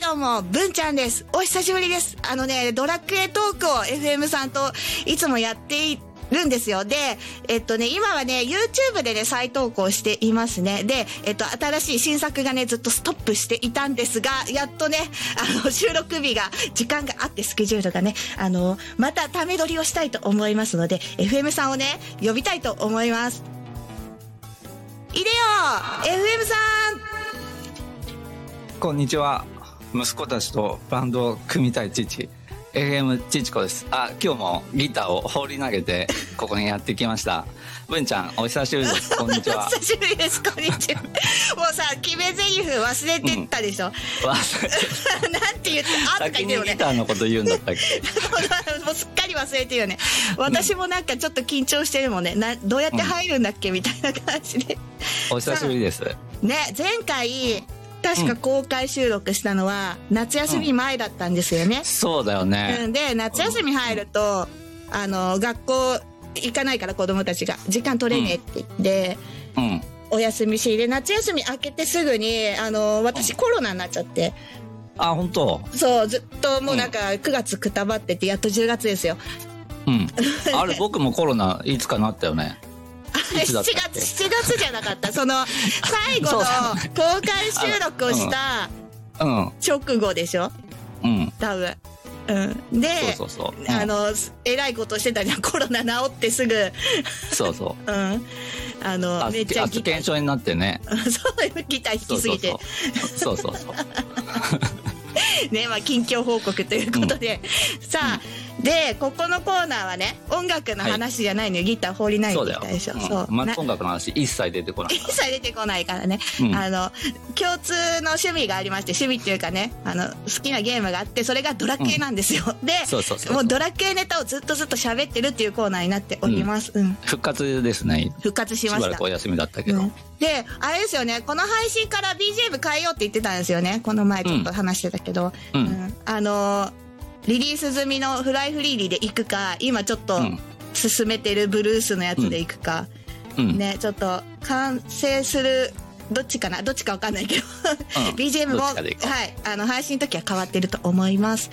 どうも、文ちゃんです。お久しぶりです。あのね、ドラクエトークを FM さんといつもやっているんですよ。で、えっとね、今はね、YouTube でね、再投稿していますね。で、えっと、新しい新作がね、ずっとストップしていたんですが、やっとね、あの、収録日が、時間があって、スケジュールがね、あの、また、ため撮りをしたいと思いますので、FM さんをね、呼びたいと思います。いでよ !FM さんこんにちは。息子たちとバンドを組みたい父、FM ちちこです。あ、今日もギターを放り投げて、ここにやってきました。文ちゃん、お久しぶりです。こんにち はお。久しぶりです、こんにちは。もうさ、決め台詞忘れてったでしょ。わなんて言って、あった先けにどねギ。ターのこと言うんだったっもうすっかり忘れてるよね。私もなんかちょっと緊張してるもんね。などうやって入るんだっけみたいな感じで。け。お久しぶりです。ね、前回、確か公開収録したのは、夏休み前だったんですよね。そうだようね。ん、で、夏休み入ると、あの、学校行かないから子供たちが、時間取れねえって言って、うん。お休みしで夏休み明けてすぐにあの私コロナになっちゃってあ、本当そうずっともうなんか9月くたばっててやっと10月ですよ うん。あれ、僕もコロナ、いつかなったよね。 7いつだった月っけ7月じゃなかったその最後のそう公だ開収録をしたうん。直後でしょうん。多分うんでそうそうそう。うんあのえらいことしてたじゃんコロナ治ってすぐうんそうそう。あのあ、めっちゃあギ保ター険証になってね。そうギターそ弾きうすそうぎそてう。そうそうそう。ね、まあ、近況報告ということで、さあ、でここのコーナーはね音楽の話じゃないのよ、ギター放り投げそてうだきよたでしょ。うんそう、マなット音楽の話一切出てこな い一切出てこないからね、うんあの共通の趣味がありまして趣味っていうかねあの好きなゲームがあってそれがドラクエなんですよ、でそうそうそうもうドラクエネタをずっとずっと喋ってるっていうコーナーになっております、うん復活ですね復活ししまばしらたくお休みだったけど、うんであれですよねこの配信から BGM 変えようって言ってたんですよねこの前ちょっと話してたけど、うんうんあのーリリース済みの「フライフリーリー」で行くか今ちょっとうん進めてるブルースのやつで行くか、うんねちょっと完成するどっちかなどっちかわかんないけど、うん BGM もどっはちかでい行こうあの配信の時は変わってると思います、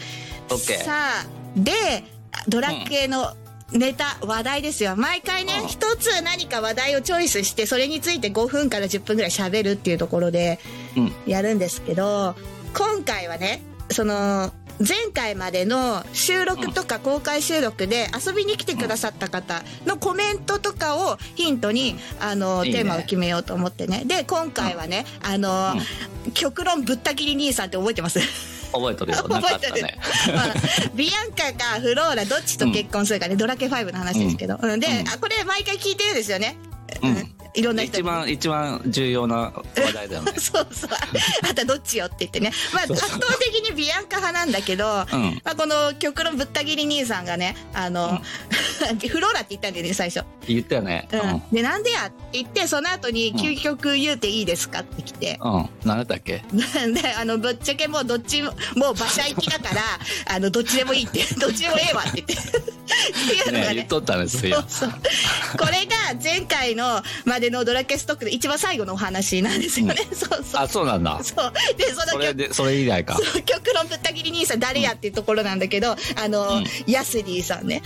オッケーさあでドラッグ系のネタ、話題ですよ毎回ねうん一、つ何か話題をチョイスしてそれについて5分から10分ぐらい喋るっていうところでうんやるんですけど今回はねその前回までの収録とか公開収録で遊びに来てくださった方のコメントとかをヒントに、あのいいねテーマを決めようと思ってねで今回はね、あの、極論ぶった切り兄さんって覚えてます覚えとるよなんかあった 覚えてね まあビアンカかフローラどっちと結婚するかね、ドラケ5の話ですけど、うんで、うんあこれ毎回聞いてるんですよね、うんいろんな人一に番一番重要な話題 だよねそうそう。あんたどっちよって言ってね。まあ、圧倒的にビアンカ派なんだけど、うんまあ、この極論ぶった切り兄さんがね、あの、 フローラって言ったんだよね、最初。言ったよねうん。で、なんでやって言って、その後にうん究極言うていいですかって来て。 うん、うん、何だったっけで、あの、ぶっちゃけもうどっちも、もう馬車行きだから、あ の、どっちでもいいって、 どっちでもええわって言って。っていうのがね 言っね。とったんですそようそうこれが前回のまでのドラケストックで一番最後のお話なんですよね。そうそう。あそうなんだそう。で、そのそ曲れでそれ以来かそう極論ぶった切り兄さん誰やっていうところなんだけど、あの、うんヤスリーさんね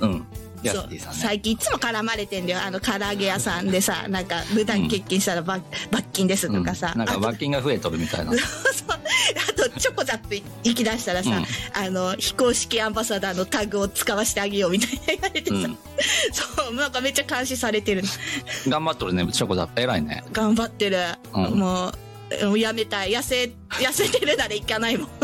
うんヤそうスティさんね最近いつも絡まれてんだよあの唐揚げ屋さんでさなんか無断欠勤したら罰,、罰金ですうとん、なかんさ、かあ罰金が増えとるみたいなそうあとチョコザップ行き出したらさ、うんあの非公式アンバサダーのタグを使わせてあげようみたいな 言われてさ、うんそうなんかめっちゃ監視されてる頑張っとるねチョコだった偉いね頑張ってる、うんもうもうやめたい痩せ痩せてるなら行かないもん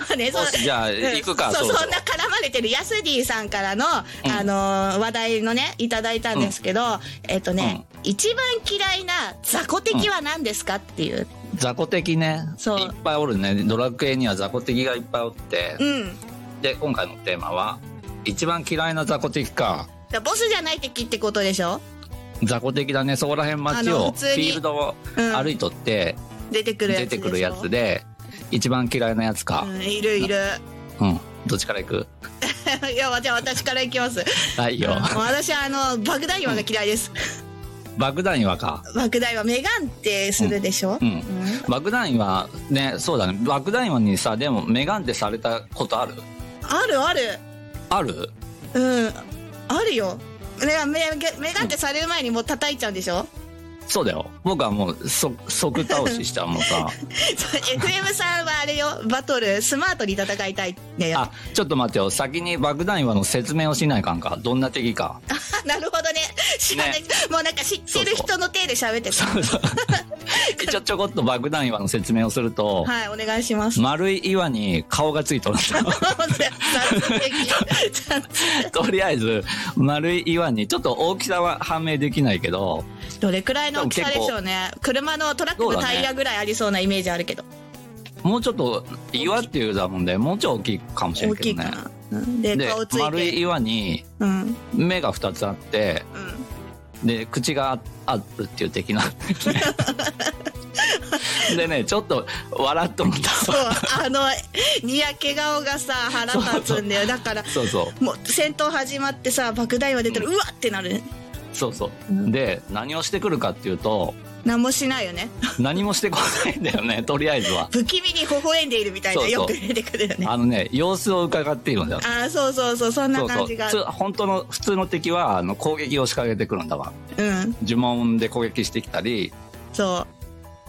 まあねようしじゃあうん行くか、そうろそろんな絡まれてるヤスディさんからの、うんあのー話題のねいただいたんですけど、えっとね、一番嫌いな雑魚敵は何ですかっていう雑魚的ねそういっぱいおるねドラクエには雑魚的がいっぱいおってう、んで今回のテーマは「一番嫌いな雑魚的だかからボスじゃない敵ってことでしょ雑魚的だねそこら辺街あの普をフ通にィールドをうん歩いとって出てくるやつでし出てょくるやつで、一番嫌いなやつかうん、いるい るうん、どっちから行くいやじゃあ私からいきますはいよもう私はあの爆弾魔が嫌いです、爆弾岩か。爆弾はメガンってするでしょ、うんうん爆弾岩ね、そうだね。爆弾岩にさ、でも、メガンってされたことあるあるあるあるうんあるよメガンメガメガンってされる前にもう叩いちゃうんでしょ、そうだよ。僕はもう、そ、即倒ししたもうさ。 そう FM さんはあれよバトルスマートに戦いたいんだよあ、ちょっと待ってよ。先に爆弾岩の説明をしないかんか。どんな敵か。 なるほどね知らない、もうなんか知ってる人の手で喋ってたそうそうちょちょこっと爆弾岩の説明をすると、はいお願いします丸い岩に顔がついとるん だよとりあえず丸い岩にちょっと大きさは判明できないけどどれくらいの大きさでしょうね車のトラックのタイヤぐらいありそうなイメージあるけど、もうちょっと岩っていうだもんでもうちょい大きいかもしれ大んきけいどかねな、うんでで顔つい丸いて岩にうんうん目が2つあってで口がああるっていう的な でねちょっと笑っともんだそうあのにやけ顔がさ腹立つんだよだからそうそうもう戦闘始まってさ爆弾は出たらうわってなるそうそう、うんで何をしてくるかってい うと何もしないよね何もしてこないんだ よねとりあえずは不気味に微笑んでいるみたいなそうそうよく出てくるよねあのね様子を伺っているんだよああそうそうそうそんなそうそ感うじが普通本当の普通の敵はあの攻撃を仕掛けてくるんだわうん呪文で攻撃してきたりそ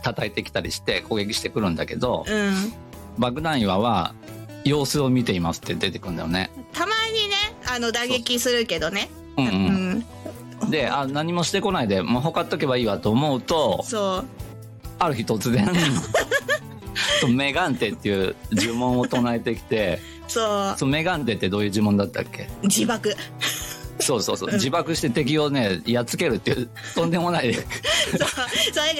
叩いてきたりして攻撃してくるんだけどう、うん爆弾岩は様子を見ていますって出てくるんだよねたまにねあの打撃するけどねうんううん、んであ何もしてこないでもうほかっとけばいいわと思うとそうある日 突然とメガンテっていう呪文を唱えてきてそそうメガンテってどういう呪文だったっけう自 爆そうそうそうう。ん自爆して敵をね、やっつけるっていう、とんでもない、 そうそうなんか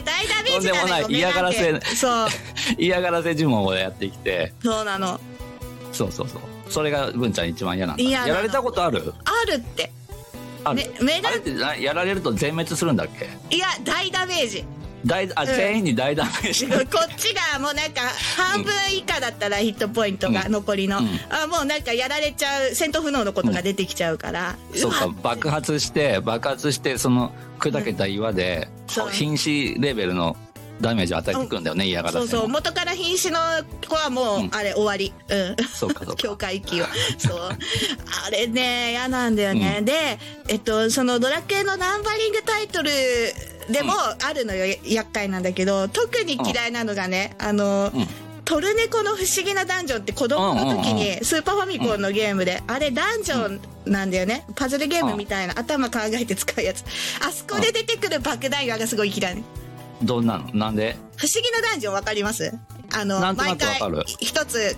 大ダメージなとんでのもないよ嫌がらせメガンテそう嫌がらせ呪文をやってきて、そうなのそうそうそう。それが文ちゃん一番嫌なんだ。嫌なやのられたことあるあるってある、めメあガれっンてなやられると全滅するんだっけいや大ダメージ 大あ、ん全員に大ダメージ。こっちがもうなんか半分以下だったらヒットポイントがうん残りの、うんあもうなんかやられちゃう戦闘不能のことが出てきちゃうから、 そう か、わ爆発して、爆発して、その砕けた岩で、そう瀕死レベルのダメージを与えてくるんだよね、嫌がらそうせの。そう元から瀕死の子はもう、うんあれ終わりうんそうか、そう境か。界域 をそうあれね嫌なんだよね、でえっとそのドラクエのナンバリングタイトルでもあるのよ、や厄介なんだけど特に嫌いなのがね、あの、うんトルネコの不思議なダンジョンって子供の時うんうんにスーパーファミコンのゲームで、あれダンジョンなんだよね。パズルゲームみたいな頭考えて使うやつ。あそこで出てくる爆弾岩がすごい嫌いね。どんなのなんで不思議なダンジョンわかりますあの、なんとな毎くわ回かる一つ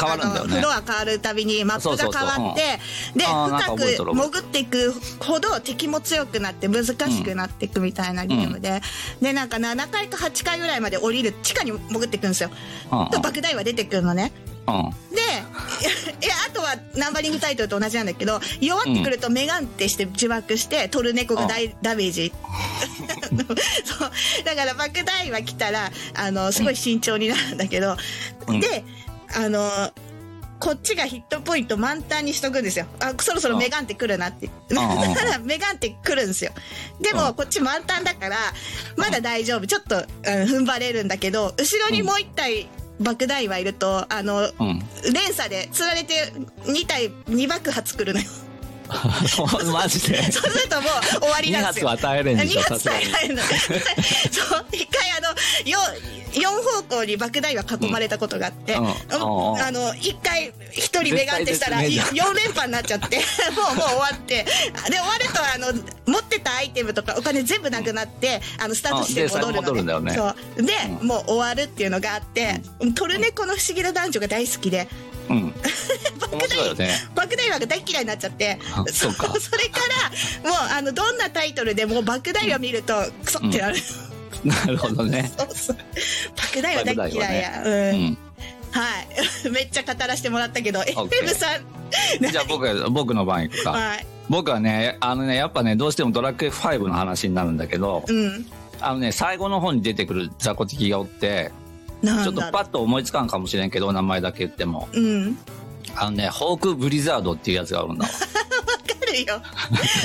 変わるんだよあのフねロ。ア変わるたびにマップが変わってそうそうそううんあーなんか覚えでとる深く潜っていくほど敵も強くなって難しくなっていくみたいなゲームで、でなんか7階か8階ぐらいまで降りる地下に潜っていくんですよ。うんと爆弾は出てくるのね。うん。うんでえあとはナンバリングタイトルと同じなんだけど弱ってくるとメガンってして自爆してトルネコが大ダメージ そうだから爆弾は来たらあのすごい慎重になるんだけど、うんであのこっちがヒットポイント満タンにしとくんですよあそろそろメガンって来るなってんだから メガンって来るんですよでうもんこっち満タンだからまだ大丈夫ちょっと、うん、踏ん張れるんだけど後ろにもう一体爆弾はいるとあのうん。連鎖で釣られて2体2爆発来るのよ マジで。そうするともう終わり2なんです発よは与えれんでし2ょ、さ発すがさにえ。ないのそう一回あのよ4方向に爆弾が囲まれたことがあって、うんうんうんあの一回一人メガンってしたら絶対4です連ね覇になっちゃって もうもう終わってで終わるとあの持ってたアイテムとかお金全部なくなってあのスタートして戻るの、ね、うそんで最後戻るんだよねうで、うもう終わるっていうのがあってトルネコの不思議な男女が大好きで うん。面白いよね。爆弾枠大嫌いになっちゃって あそうかそれからもうあのどんなタイトルでも爆弾を見るとクソってなる、 なるほどね。そうそう爆弾は大嫌いや、ううん ん。はい めっちゃ語らせてもらったけど OK FM さんじゃあ僕、僕の番行くか。はい僕はね、あのね、やっぱね、どうしてもドラクエ5の話になるんだけど、うんあのね、最後の方に出てくる雑魚敵がおって、なちょっんとだパッと思いつかんかもしれんけど、名前だけ言っても。うんわ あのね、ホークブリザードっていうやつがおるんだわ。かるるよ。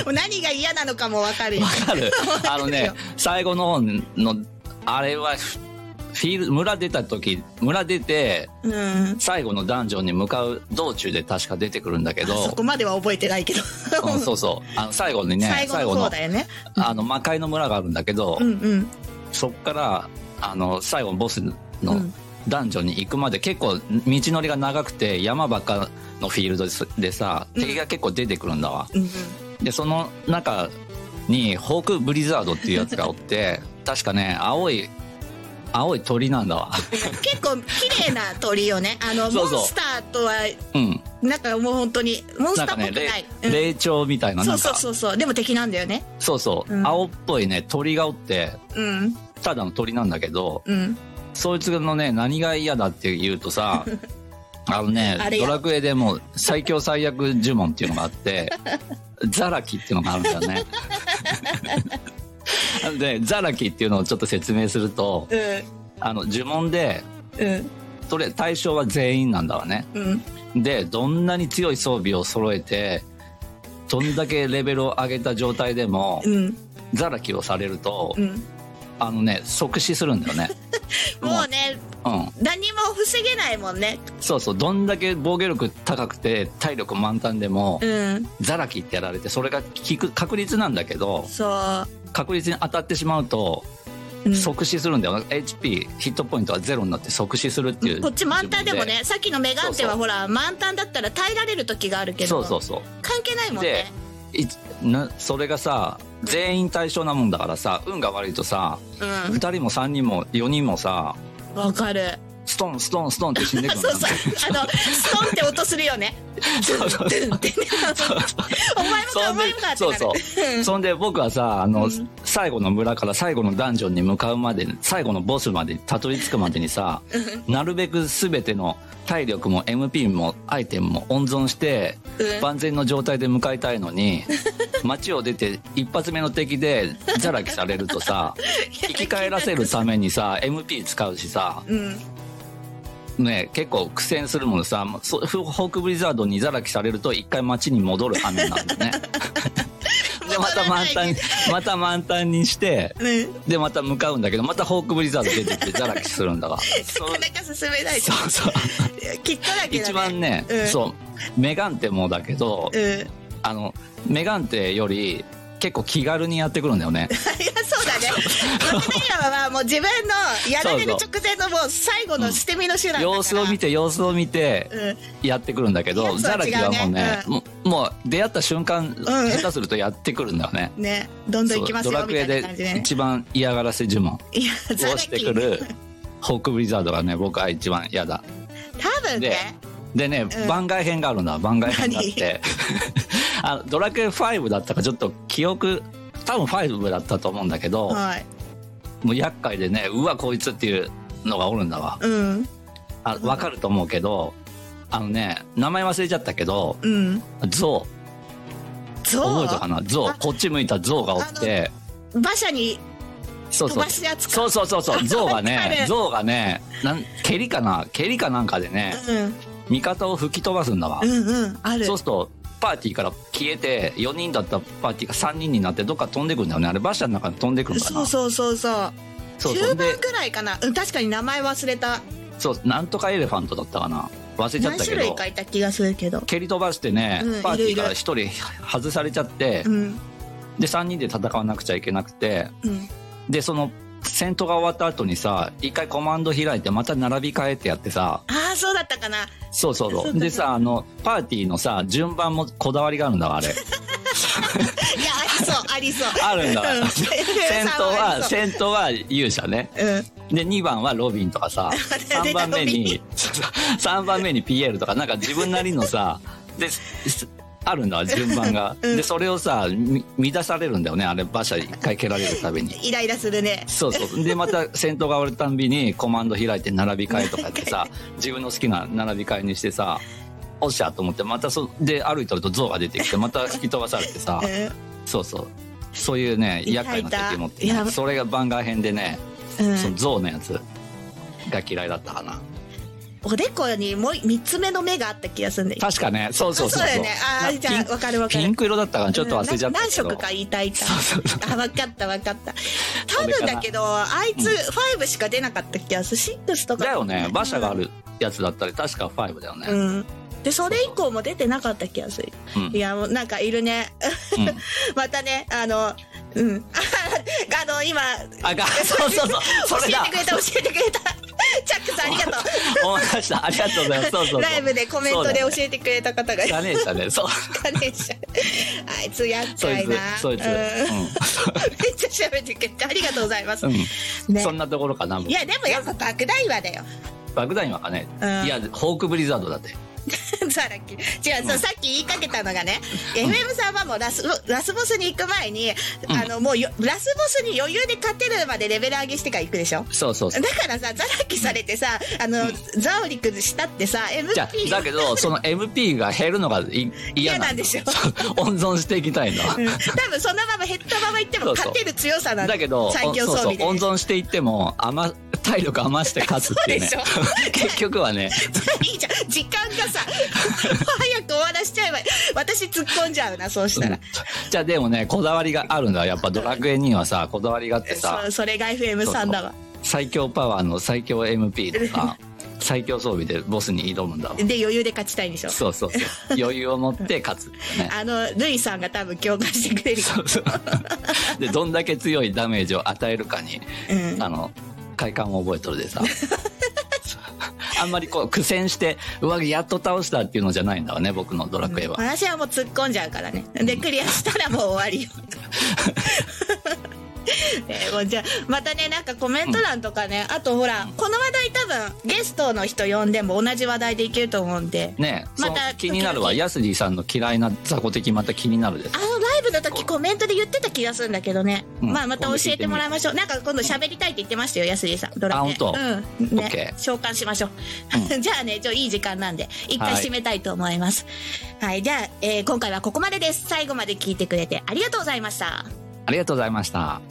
も う何が嫌なのかもわかるよ。わかるあのねよ、最後の方の、あれは、フィール、村出た時、村出て、うん。最後のダンジョンに向かう道中で確か出てくるんだけど、そこまでは覚えてないけど。うんそうそう。あの、最後にね、最最後後の方の、だよね。あの、魔界の村があるんだけど、うんうん。そっから、あの、最後のボスのうんダンジョンに行くまで結構道のりが長くて、山ばっかのフィールドですでさ、うん敵が結構出てくるんだわ。うんうん。で、その中に、ホークブリザードっていうやつが おって、確かね、青い、青い鳥なんだわ。結構綺麗な鳥よね。あの、そうそうモンスターとは、うん。なんかもう本当に、モンスなんタかーっね、ぽくない。う霊ん霊長みたいな、そなうんそうか、そうそう。でも敵なんだよね。そうそうう、ん青っぽいね、鳥がおって、うん。ただの鳥なんだけど、うん。そいつのね、何が嫌だって言う とさ、あのねあれ、やドラクエでもう最強最悪呪文っていうのがあ って、ザラキっていうのがあるんだよね。で、ザラキっていうのをちょっと説明すると、うあの、呪文で、ん。それ対象は全員なんだわね。うん。で、どんなに強い装備を揃えて、どんだけレベルを上げた状態でもう、ん。ザラキをされるとう、ん。あのね、即死するんだ よね。もうね、うん。何も防げないもんね。そうそう、どんだけ防御力高くて体力満タンでも、うん。ザラキってやられて、それが効く確率なんだけど、そ確率に当たってしまうと、う。うん即死するんだよ。HP、ヒットポイントはゼロになって即死するっていう。こっち満タンでもね、さっきのメガンテはそうそうほら、満タンだったら耐えられる時があるけ自分ど、で。そうそうそ関係ないもんね。う。いなそれがさ、全員対象なもんだからさ、運が悪いとさ、う2人も3人も4人もさ、ん。わかる。ストンストンストンって死んでくるんだ そうそう。あの、ストンって音するよね。そう そうドゥンってね。お前もか、そおん前もかで、ってそうなるそ。う。そんで僕はさ、あの、うん最後の村から最後のダンジョンに向かうまで、最後のボスまでたどり着くまでにさ、なるべく全ての体力も MP もアイテムも温存して、うん万全の状態で迎えたいの に、街を出て一発目の敵でじゃらきされると さ、生き返らせるためにさ、MP 使うしさ、うん。ね、結構苦戦するものさ、そうホークブリザードにざらきされると一回街に戻る羽目なん だよね。で、また満タンに、また満タンにして、うん。で、また向かうんだけど、またホークブリザード出てきてざらきするんだが。そなうかなか進めないと。そうそう。きっとだけどね。一番ね、うん そう、メガンテもだけど、うん。い や、あの、メガンテより結構気軽にやってくるんだよね。そうだね。マキメイラはもう自分のやられる直前のもう最後の捨て身の手段だから。様子をて。見て、様子を見て、うん。やってくるんだけど、やつはザラキはもうね違、うもうもう出会った瞬間、下手するとやってくるんだよね。ね、どんどん行きますそうドよラみクたエいなで感じでね。一番嫌がらせ呪文をいや、ザラしキてくるホークブリザードがね僕は一番嫌だ多分ね。でね、うん番外編があるんだ番外編があって あのドラクエ5だったかちょっと記憶多分5だったと思うんだけど、はい。もう厄介でねうわこいつっていうのがおるんだわうん。あ分かると思うけどあのね名前忘れちゃったけどうん。ゾウゾ覚えたかウなゾあウこっち向いたゾウがおって馬車にそう飛そうばすやつか。そうそうそうそう、象わがかねる、象がね、なん、蹴りかな、蹴りかなんかでね、うん。味方を吹き飛ばすんだわう。んうん。ある。そうすると、パーティーから消えて、4人だったパーティーが3人になって、どっか飛んでくんだよね。あれ、馬車の中に飛んでくんかそな。うそうそうそう。そうそ中う。で盤、くらいかな。うん、確かに名前忘れた。そう、なんとかエレファントだったかな。忘れちゃ何ったけ種類どか、いた気がするけど。蹴り飛ばしてねうん、パーティいるーかいらる1人外されちゃってう、ん。で、3人で戦わなくちゃいけなくて、うん。で、その、戦闘が終わった後にさ、一回コマンド開いて、また並び替えてやってさ、ああ、そうだったかな。そうそうそそうう。だでさ、あの、パーティーのさ、順番もこだわりがあるんだわ、あれ。いや、ありそう、ありそう。あるんだわう先先頭 は、先頭は勇者ね。うん。で、2番はロビンとかさ、3番目に、3番 目にピエールとか、なんか自分なりのさ、で、すあるんだわ、順番が。うんで、それをさ、み乱されるんだよね、あれ、馬車一回蹴られるたびに。イライラするね。そうそう。で、また戦闘が終わるたん びにコマンド開いて並び替えとかやってさ、自分の好きな並び替えにしてさ、おっしゃと思って、またそ、で、歩いてると象が出てきて、また吹き飛ばされてさ う、ん。そうそう。そういうね、いた厄介な敵持っていたいね、やそれが番外編でね、うそのん。象のやつが嫌いだったかな。おでこにもう3つ目の目があった気がするんで確かね、そうそうそう。だよねあーなじゃピあわかるわンかピるンク色だったからちょっと忘れちゃったうんな何けど。色か言いたいたそうそうそうあ分かった分かった多それか分なだけどあいつうん5しか出なかった気がする6とかだよね、馬車があるやつだったり、確か5だよね。ううんんでそれ以降も出てなかった気がするうんいやもうなんかいるね またねあのうん あの今 あが、そうそうそう、それ教だえて。くれた教えてくれた チャックさんありがと 思い出した。ありがとうござ います。そうそうそううライブでコメントで教ええてくれた方がガネーシャね、そう、ガネーシャ あいつ厄そい介なつ、そいつ。うん めっちゃ喋ってくれてありがとうございますうん、うんねそんなところかな。いやでもやっぱ莫大はだよ。 爆弾魔かね。うんいや、ホークブリザードだって。さらき違う、そうさっき言いかけたのがね、FM さんはもうラスラスボスに行く前に、んあのもうよラスボスに余裕で勝てるまでレベル上げしてから行くでしょそうそうそだう。からさザラキされてさあの、ザオリクしたってさじゃ MP あだけど、その MP が減る のがい嫌嫌ななんんだでしょそう温存していきたいの。うん多分そのまま減ったまま行ってそもうそう勝てる強さなんだけど、最お強そ装うそう備、で温存していっても、余、体力余して勝つっていうねそう。 結局はね、いいじゃん時間がさ早く終わらしちゃえば私突っ込んじゃうな そうしたら、じゃあでもね、こだわりがあるんだ。やっぱドラクエにはさ、こだわりがあってさそ、うそれが FM さんだわ最強パワーの最強 MP とか、最強装備でボスに挑むんだわ。で余裕で勝ちたいんでしょそうそうそう。余裕を持って勝つってね。あのルイさんが多分共感してくれるよそうそう。で、どんだけ強いダメージを与えるかに、うんあの、快感を覚えとる でさ。あんまりこう苦戦して、うわ、やっと倒したっていうのじゃないんだわね、僕のドラクエは。私はもう突っ込んじゃうからねでクリアしたらもう終わりよ えーもうじゃあまたねなんかコメント欄とかね、あとほらこの話題多分ゲストの人呼んでも同じ話題でいけると思うんでねえ、またその気になるわ。時々ヤスリーさんの嫌いな雑魚的また気になるですあ。のライブの時コメントで言ってた気がするんだけどね、うんまあまた教えてもらいましょうなんか今度喋りたいって言ってましたよやすりさんドラマあ本うんね、オッケー召喚しましょう、 じゃあねちょいい時間なんで一回はい締めたいと思いますはい、じゃあ、えー今回はここまでです最後まで聞いてくれてありがとうございましたありがとうございました。